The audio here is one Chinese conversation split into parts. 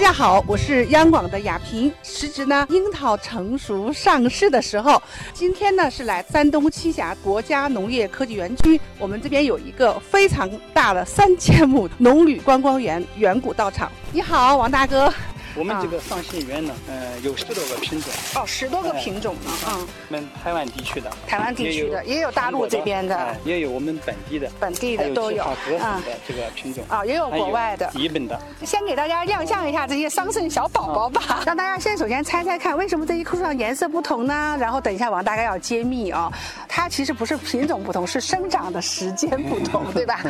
家好，我是央广的雅萍。时值呢，樱桃成熟上市的时候，今天呢是来山东栖霞国家农业科技园区，我们这边有一个非常大的三千亩农旅观光园远古道场。你好，王大哥。我们这个上信园呢，呃，有十多个品种，哦，十多个品种呢，嗯，我们台湾地区的，台湾地区的，也也有大陆这边的哎，也有我们本地的，本地还的有都其有他各啊省的这个品种，啊，也有还国外的。日本的，先给大家亮相一下这些桑葚小宝宝吧，哦让大家先首先猜猜看，为什么这一棵树上颜色不同呢？然后等一下王大哥要揭秘啊、它其实不是品种不同，是生长的时间不同，对 吧？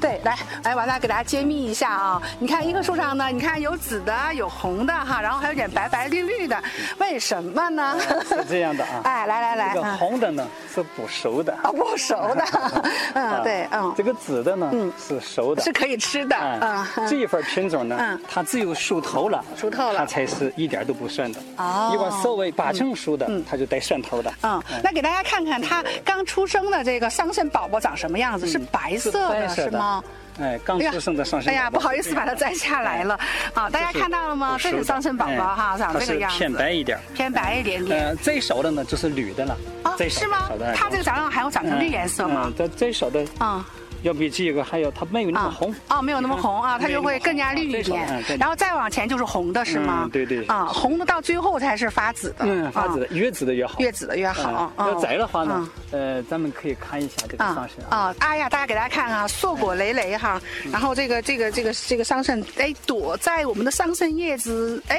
对，来来，王大哥给大家揭秘一下啊、你看一棵树上呢，你看有紫的，有红的哈，然后还有点白白绿绿的，为什么呢？。是这样的啊 哎，来来来，这个啊红的呢是不熟的，啊啊，不熟 的，嗯，对，嗯这，个紫的呢嗯是熟的是。可以吃的，嗯哎，这一份品种呢嗯，它只有熟透了，熟透了它才是一点都不酸的。哦如果稍微八成熟的，它就带酸头的。哎嗯，那给大家看看它刚出生的这个桑葚宝宝长什么样子，是白色的，嗯是白色的吗？哎，刚哎呀出生的上身。哎呀，不好意思把它摘下来了嗯啊！大家看到了哦吗？这是桑葚宝宝哈，长这个样子，哎偏白一点。偏白一点点呃，最少的呢就是绿的了。啊，最是少吗少嗯的？啊它这个长上还要长成绿颜色吗嗯？？它最少的啊要比这个还要，它没有那么啊红。哦，没有那么红啊，它就会更加绿一点。然后后再往前就是红的，是吗？嗯对对啊，红的到最后才是发紫的，嗯，发紫啊的越紫的越好。越紫的越好。嗯啊要摘的话呢，呃，咱们可以看一下这个啊上身啊。嗯啊！哎呀，大家给大家看啊，硕果累累哈。然后这个这个这个这个桑葚，哎，躲在我们的桑葚叶子，哎，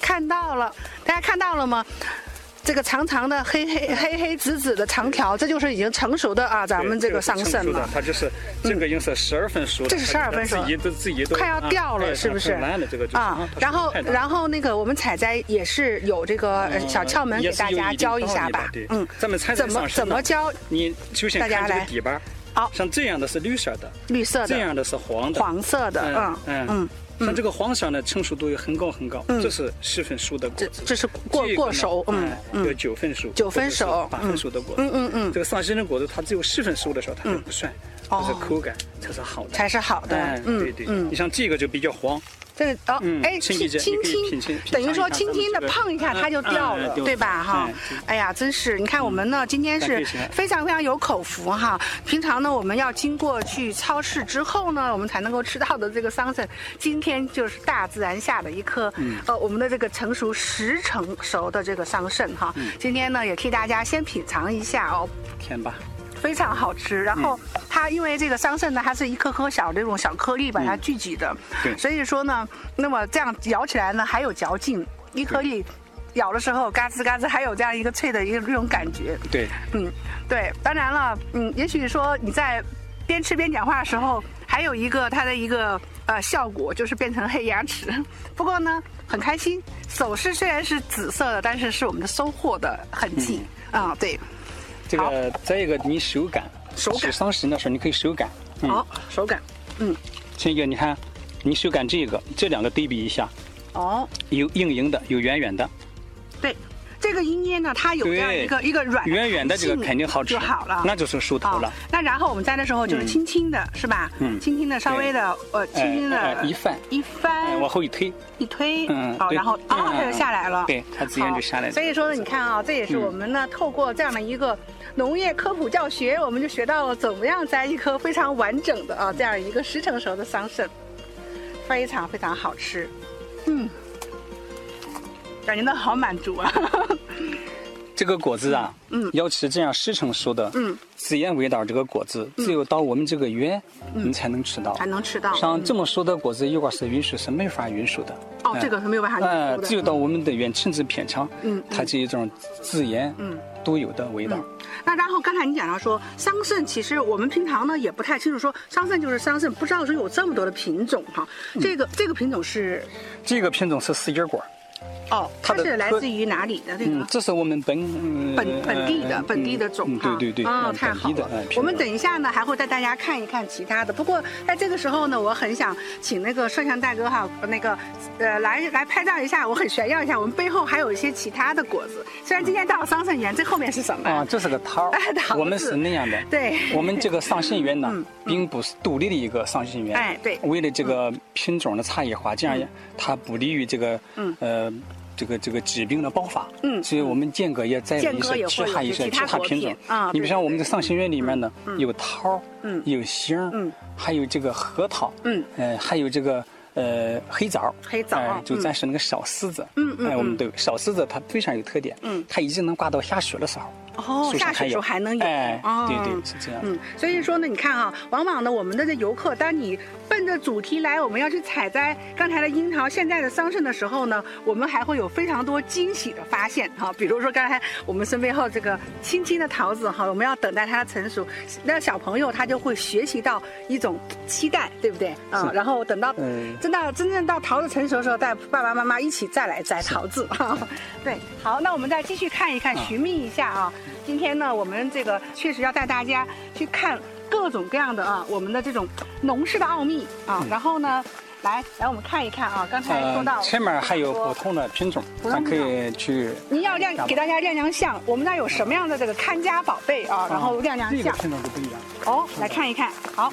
看到了，大家看到了吗？这个长长的黑嗯黑黑黑紫紫的长条，这就是已经成熟的啊，咱们这个桑葚了。嗯它就是这个应色十二分熟的，这是12分熟它自己都自己都啊哎快要掉了，是不是？完了这个就是啊，然后然后那个我们采摘也是有这个呃小窍门给大家教一下吧。嗯，咱们采摘怎么上怎身呢么教你首先大家看这来个底板，好像这样的是绿色的，绿色这的、样的是黄的，黄色的？嗯嗯嗯嗯，，像这个黄色呢，成熟度也很高很高，这是十分熟的果这子。这是过这个呢过熟，嗯哎嗯有。九分熟，九分熟或者是八分熟的果子，嗯嗯嗯这个上新的果子它只有十分熟的时候，它就不算，哦就是口感才是好的，才是好的哎。嗯，对对，嗯你，像这个就比较黄，这个哦嗯，哎，亲轻一些轻你可以轻品尝等于说品尝一下轻轻的咱们这个碰一下它就掉嗯嗯了，嗯对嗯对吧？哈哎，哎呀，真是，你看我们呢，今天感是谢喜欢非常非常有口福哈。平常呢，我们要经过去超市之后呢，我们才能够吃到的这个桑葚，今天就是大自然下的一颗，嗯呃，我们的这个成熟十成熟的这个桑葚哈。嗯今天呢，也替大家先品尝一下哦，甜吧？非常好嗯吃。然后它因为这个桑葚呢，它是一颗颗小这种小颗粒把它聚集的，嗯对所以说呢，那么这样咬起来呢还有嚼劲，一颗粒咬的时候嘎吱嘎吱，还有这样一个脆的一个这种感觉。对，嗯，对，当然了，嗯，也许说你在边吃边讲话的时候，还有一个它的一个呃效果就是变成黑牙齿。 不过呢，很开心，首饰虽然是紫色的，但是是我们的收获的痕迹嗯啊、对，这个再一个你手感，手感吃上身的时候你可以手感，嗯好、手感，嗯，这个你看，你手感这个这两个对比一下，哦。有硬硬的，有圆圆的，对，这个樱叶呢，它有这样一个对一个软圆圆的这个肯定好吃，就好了。那就是熟头了哦。那然后我们摘的时候就是轻轻的，是吧？嗯轻轻的，稍微的，呃，轻轻哎哎的一翻一哎翻，往后一推，一推，嗯好，对然后嗯啊，它就下来了。对它自然就下来了嗯好所以说呢，你看啊，这也是我们呢透过这样的一个农业科普教学，我们就学到了怎么样摘一颗非常完整的啊这样一个十成熟的桑葚，非常非常好吃。嗯，感觉到好满足啊。这个果子啊，嗯，要吃这样十成熟的，嗯，紫烟味道这个果子，只有到我们这个园，你才能吃到。嗯才能吃到。嗯像这么熟的果子，如果是运输是没法运输的。哦，这个是没有办法哎，弄出只有的。到我们的园亲自品尝，嗯它这一种自然嗯独有的味道。那然后刚才你讲到说桑葚，其实我们平常呢也不太清楚，说桑葚就是桑葚，不知道说嗯有这么多的品种哈。这个这个品种是这个品种是四叶果，哦，它的是来科自于哪里的那嗯个，？这是我们本嗯本本地的嗯本地的种嗯哈，对对对，哦嗯，太好本地的了哎。我们品种等一下呢，还会带大家看一看其他的。不过在这个时候呢，我很想请那个摄像大哥哈，那个呃来来拍照一下，我很炫耀一下，我们背后还有一些其他的果子。虽然今天到了桑葚园，这后面是什么？啊，这是个桃哎桃儿，我们子是那样的。对我们这个上信园呢嗯，并不是独立的一个上信园。哎对为了这个品种的差异化，这样也它不利于这个嗯呃这个这个疾病的爆发。嗯所以我们间隔也栽了间一隔些也其会他有一些其其他他果品品种啊你比如对像对我们这上信园里面呢，有桃儿，嗯有杏儿，嗯还有这个核桃，嗯呃，还有这个。呃，黑枣儿，黑枣哎就嗯咱是那个小柿子，嗯嗯哎，我嗯们都有小柿子，它非常有特点，嗯它一直能挂到下雪的时候，哦，树上下雪还时候有还能有，哎哦，对对是这样嗯，所以说呢，你看啊，往往呢，我们的这游客，当你奔着主题来，我们要去采摘刚才的樱桃，现在的桑葚的时候呢，我们还会有非常多惊喜的发现哈、比如说刚才我们身背后这个青青的桃子哈、我们要等待它的成熟，那小朋友他就会学习到一种期待，对不对？啊，是然后等到嗯真的真正到桃子成熟的时候，带爸爸妈妈一起再来摘桃子哈。 对，好，那我们再继续看一看，啊寻觅一下啊。今天呢，我们这个确实要带大家去看各种各样的啊，我们的这种农事的奥秘啊。然后呢，来来我们看一看啊，刚才说到嗯呃，前面还有普通的品种，普咱通品可种以去您要亮给大家亮亮相，我们那儿有什么样的这个看家宝贝啊？然后亮亮这个相品种就不一样，哦，来看一看，好，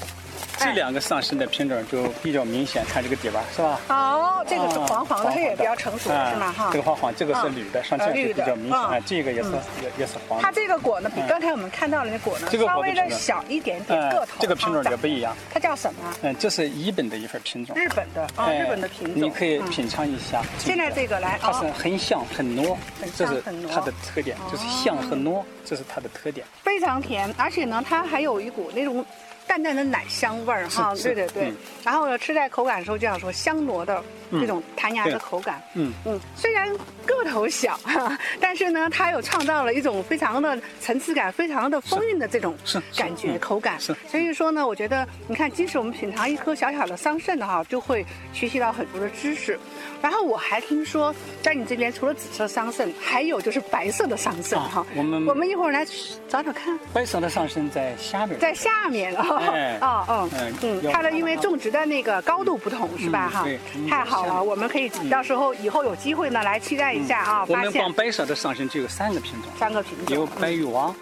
哎这两个上市的品种就比较明显，看这个底板是吧？好，这个是啊黄黄的，这个也比较成熟哎是吗？哈这，个黄黄，这个是嗯绿的，上呃这绿是比的较明显，嗯哎这个也是也也是黄它的，这个果呢，比嗯刚才我们看到的那果呢，这个稍果微不的成熟小一点点，哎个头这个品种啊也不一样，它叫什么？嗯，这是一本的一份品种，日本的啊，哎日本的品种。你可以嗯品尝一下。现在这个来它是哦很香很糯很，这香是很糯哦它的特点，就是香和糯，这是它的特点。非常甜，而且呢，它还有一股那种淡淡的奶香味儿是哈，是对对对。嗯然后呢，吃在口感的时候就想说香糯的这种弹牙的对口感。嗯，嗯，虽然个头小，哈，但是呢，它有创造了一种非常的层次感、非常的风韵的这种是是感觉、嗯口感。是所以说呢，我觉得你看，即使我们品尝一颗小小的桑葚的哈，就会学习到很多的知识。然后我还听说，在你这边除了紫色桑葚，还有就是白色的桑葚啊哈。我们我们一会儿来找找看，白色的上身在下边儿。在下面啊 哎啊嗯哎嗯，要它的看因为它种植的那个高度不同是吧嗯哈对？太好了，我们可以到时候以后有机会呢来期待一下啊，嗯我发们现光白色的上身就有三个品种，三个品种有白玉王，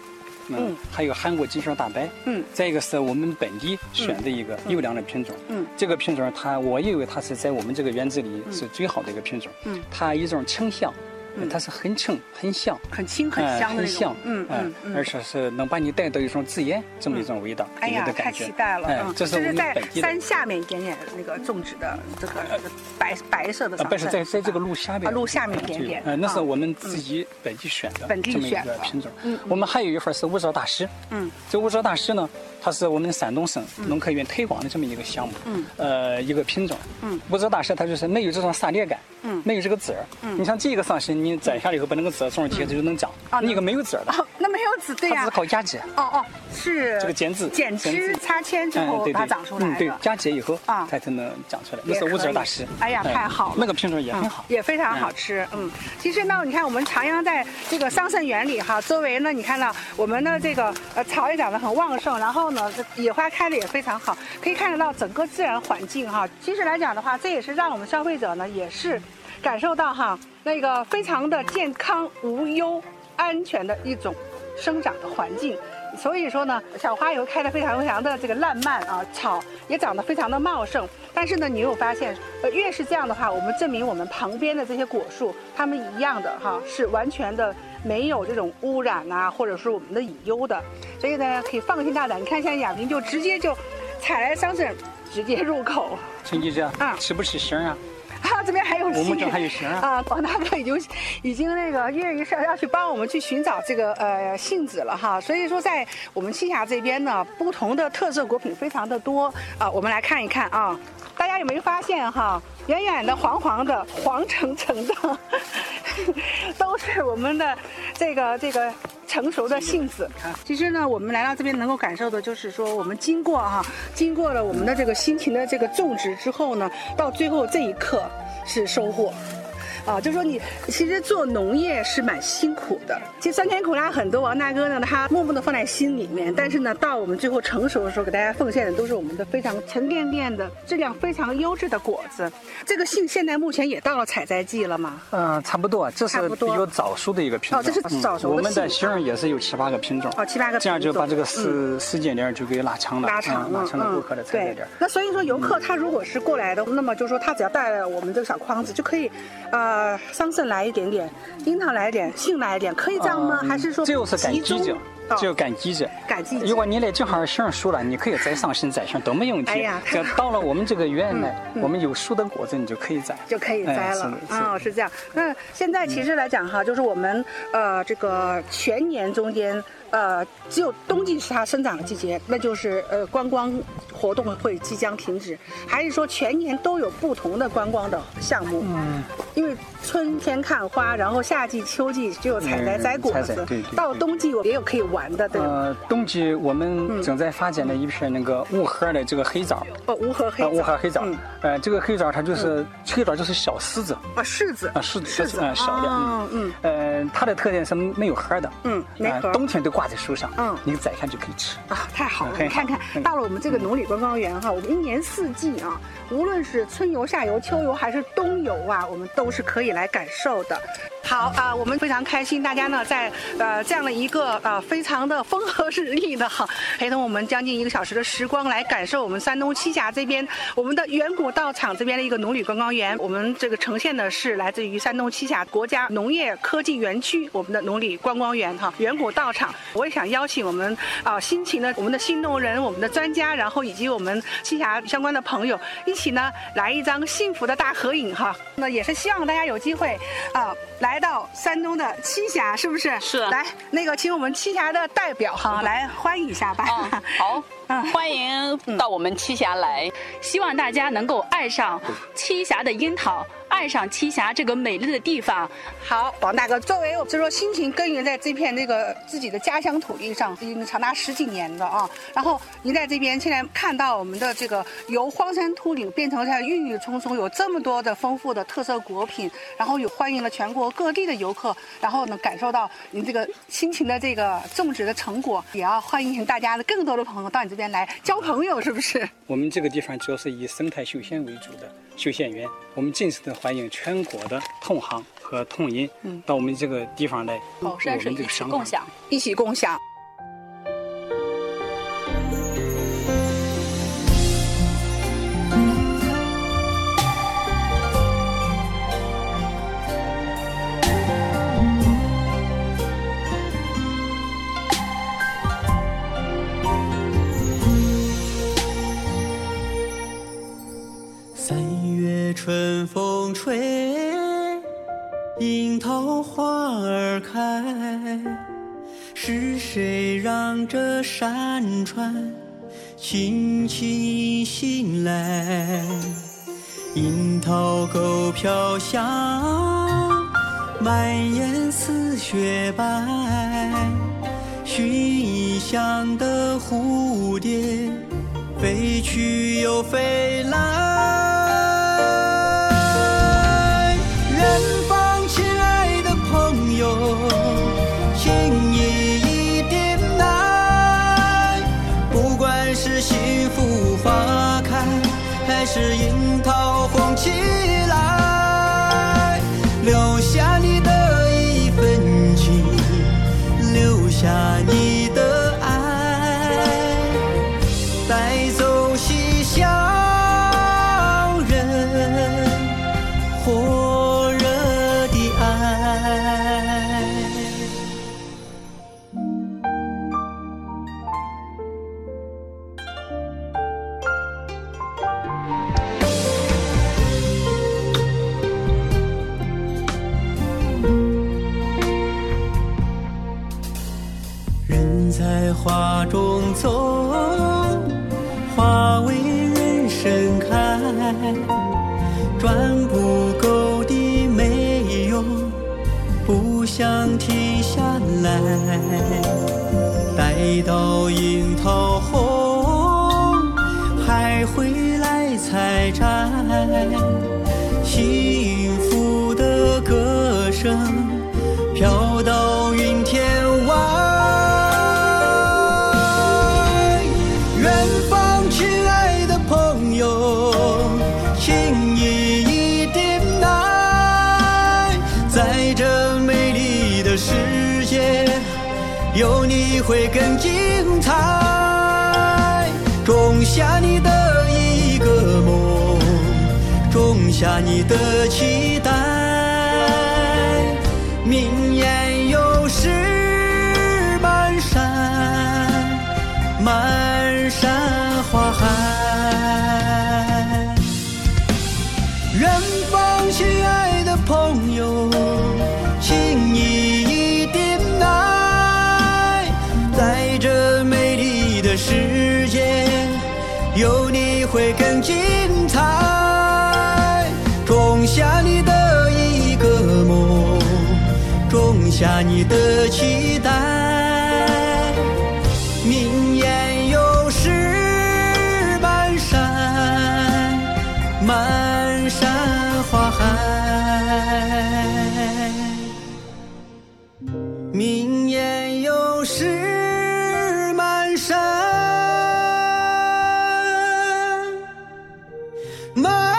嗯嗯，还有韩国金勺大白，嗯再一个是我们本地选的一个优良的品种，嗯这个品种它我认为它是在我们这个园子里是最好的一个品种，嗯它一种清香，它是很清很香。很清很哎香的很那种香，，嗯哎嗯嗯而。且是能把你带到一种自然这么一种味道，哎给人呀的，太感觉。期待了！哎嗯，这是我们在本地的。山下面一点点那个种植的这个这个白白色的啊，桑葚，不是在在这个路下边啊路下面一点点嗯，那是嗯我们自己本地选的，本地这么一选的个品种。嗯嗯我们还有一份是五爪大师，嗯，这五爪大师呢，它是我们山东省农科院推广的这么一个项目，嗯，呃，一个品种，嗯，五爪大师它就是没有这种散裂感，嗯没有这个籽儿，嗯你像这个桑葚，你摘下来以后把那个籽儿种上去，它就能长，啊那个没有籽儿的，哦，那没有籽对它只呀是，靠压枝，哦哦，是这个剪子剪剪枝子插签之哎后对把它对，长出嗯来对的，，加节以后啊它才能长出来，也那是五可以爪大师，哎呀太好了那个品种也嗯很好，也非常嗯好吃。嗯，其实呢，你看我们长阳在这个桑葚园里哈，周围呢，你看到我们的这个呃草也长得很旺盛，然后呢，这野花开的也非常好，可以看得到整个自然环境哈。其实来讲的话，这也是让我们消费者呢，也是感受到哈那个非常的健康、无忧、安全的一种生长的环境。所以说呢，小花油开得非常非常的这个烂漫啊，草也长得非常的茂盛。但是呢，你有发现，呃，越是这样的话，我们证明我们旁边的这些果树，它们一样的哈，呃是完全的没有这种污染啊，或者是我们的隐忧的。所以呢，可以放心大胆。你看，现在亚萍就直接就 采来桑葚，直接入口。陈记者啊吃不吃杏儿啊？啊，这边还有我们戏 这还有形啊啊，王大哥已经已经那个业余是要去帮我们去寻找这个呃杏子了哈，所以说在我们栖霞这边呢，不同的特色果品非常的多啊，我们来看一看啊，大家有没有发现哈，远远的黄黄的黄橙橙的， 都是我们的这个这个成熟的杏子。其实呢，我们来到这边能够感受的就是说，我们经过哈、经过了我们的这个辛勤的这个种植之后呢，到最后这一刻是收获。啊，就说你其实做农业是蛮辛苦的，其实酸甜苦辣很多，王大哥呢他默默的放在心里面，但是呢，到我们最后成熟的时候，给大家奉献的都是我们的非常沉甸甸的、质量非常优质的果子。这个杏现在目前也到了采摘季了嘛？嗯，差不多，这差是不比多较早熟的一个品种。哦这是早熟的嗯。我们的杏杏儿也是有七八个品种。哦七八个这样就品种嗯把这个时时间点儿就给拉长了，拉长嗯了，拉长了顾客的采摘对点儿。，那所以说游客他如果是过来的，那么就说他只要带了我们这个小筐子就可以，呃，桑葚来一点点，樱桃来一点，杏来一点，可以这样吗？嗯还是说这又是赶集季中节，这又哦，赶季节。赶季节如果你得正好杏儿熟了，你可以摘上杏摘杏都没问题。哎呀太 这好到了我们这个园来，我们有熟的果子你就可以摘。就可以摘了哎是的啊、嗯是的是这样。那现在其实来讲哈，就是我们呃这个全年中间呃只有冬季是它生长的季节，那就是呃观光活动会即将停止，还是说全年都有不同的观光的项目？嗯，因为春天看花，然后夏季、秋季只有采摘嗯摘果采摘子，对对对到冬季我也有可以玩的，对嗯吧？呃，冬季我们正在发展的一片那个雾河的这个黑枣，哦，无核黑枣，呃，雾河黑枣嗯，呃，这个黑枣它就是黑枣就是小柿子啊，柿子啊，柿子柿子，呃小的，哦嗯嗯，呃，它的特点是没有核的，嗯没呃核冬天都挂在树上，嗯你摘开就可以吃。啊，太好了！很你看看，嗯到了我们这个农旅观光园哈，我们一年四季啊，无论是春游、夏游、秋游还是冬游啊，我们都是可以来感受的。好啊、我们非常开心，大家呢在呃这样的一个呃非常的风和日丽的哈，陪同我们将近一个小时的时光来感受我们山东栖霞这边我们的远古道场这边的一个农旅观光园。我们这个呈现的是来自于山东栖霞国家农业科技园区我们的农旅观光园哈，远古道场。我也想邀请我们啊、辛勤的我们的新农人、我们的专家，然后以及我们栖霞相关的朋友一起呢来一张幸福的大合影哈。那也是希望大家有机会啊、来到山东的栖霞，是不是？是来，那个请我们栖霞的代表哈来欢迎一下吧。嗯，好嗯，欢迎到我们栖霞来，希望大家能够爱上栖霞的樱桃，爱上栖霞这个美丽的地方。好，王大哥，作为我就说辛勤耕耘在这片这个自己的家乡土地上，已经长达十几年了啊。然后您在这边现在看到我们的这个由荒山秃岭变成现在郁郁葱葱，有这么多的丰富的特色果品，然后有欢迎了全国各地的游客，然后呢感受到您这个辛勤的这个种植的成果，也要欢迎大家的更多的朋友到你这边来交朋友，是不是？ 我们这个地方主要是以生态休闲为主的休闲园，我们尽情的欢迎全国的同行和同仁嗯到我们这个地方来，好，山水一起共享。。一起共享。三月春风吹，樱桃花儿开。是谁让这山川轻轻醒来？樱桃沟飘香，蔓延似雪白。寻异乡的蝴蝶，飞去又飞来。远方亲爱的朋友，情谊一点来，不管是幸福花开，还是樱桃红起来，留下你的一份情，留下你的爱。带走西乡人火热的爱。人在花中走，花为人盛开，转不够的美哟，不想停下来。待到樱桃红，还会来采摘。幸福的声飘到云天外。远方，亲爱的朋友，请你一定来，在这美丽的世界，有你会更精彩。种下你的一个梦，种下你的期待，明年又是满山。满山花海。远方，亲爱的朋友，请你一定来，在这美丽的世界，有你会更精彩。种下你的一个梦，种下你的期待。明年又是满山满山花海，明年又是满山满。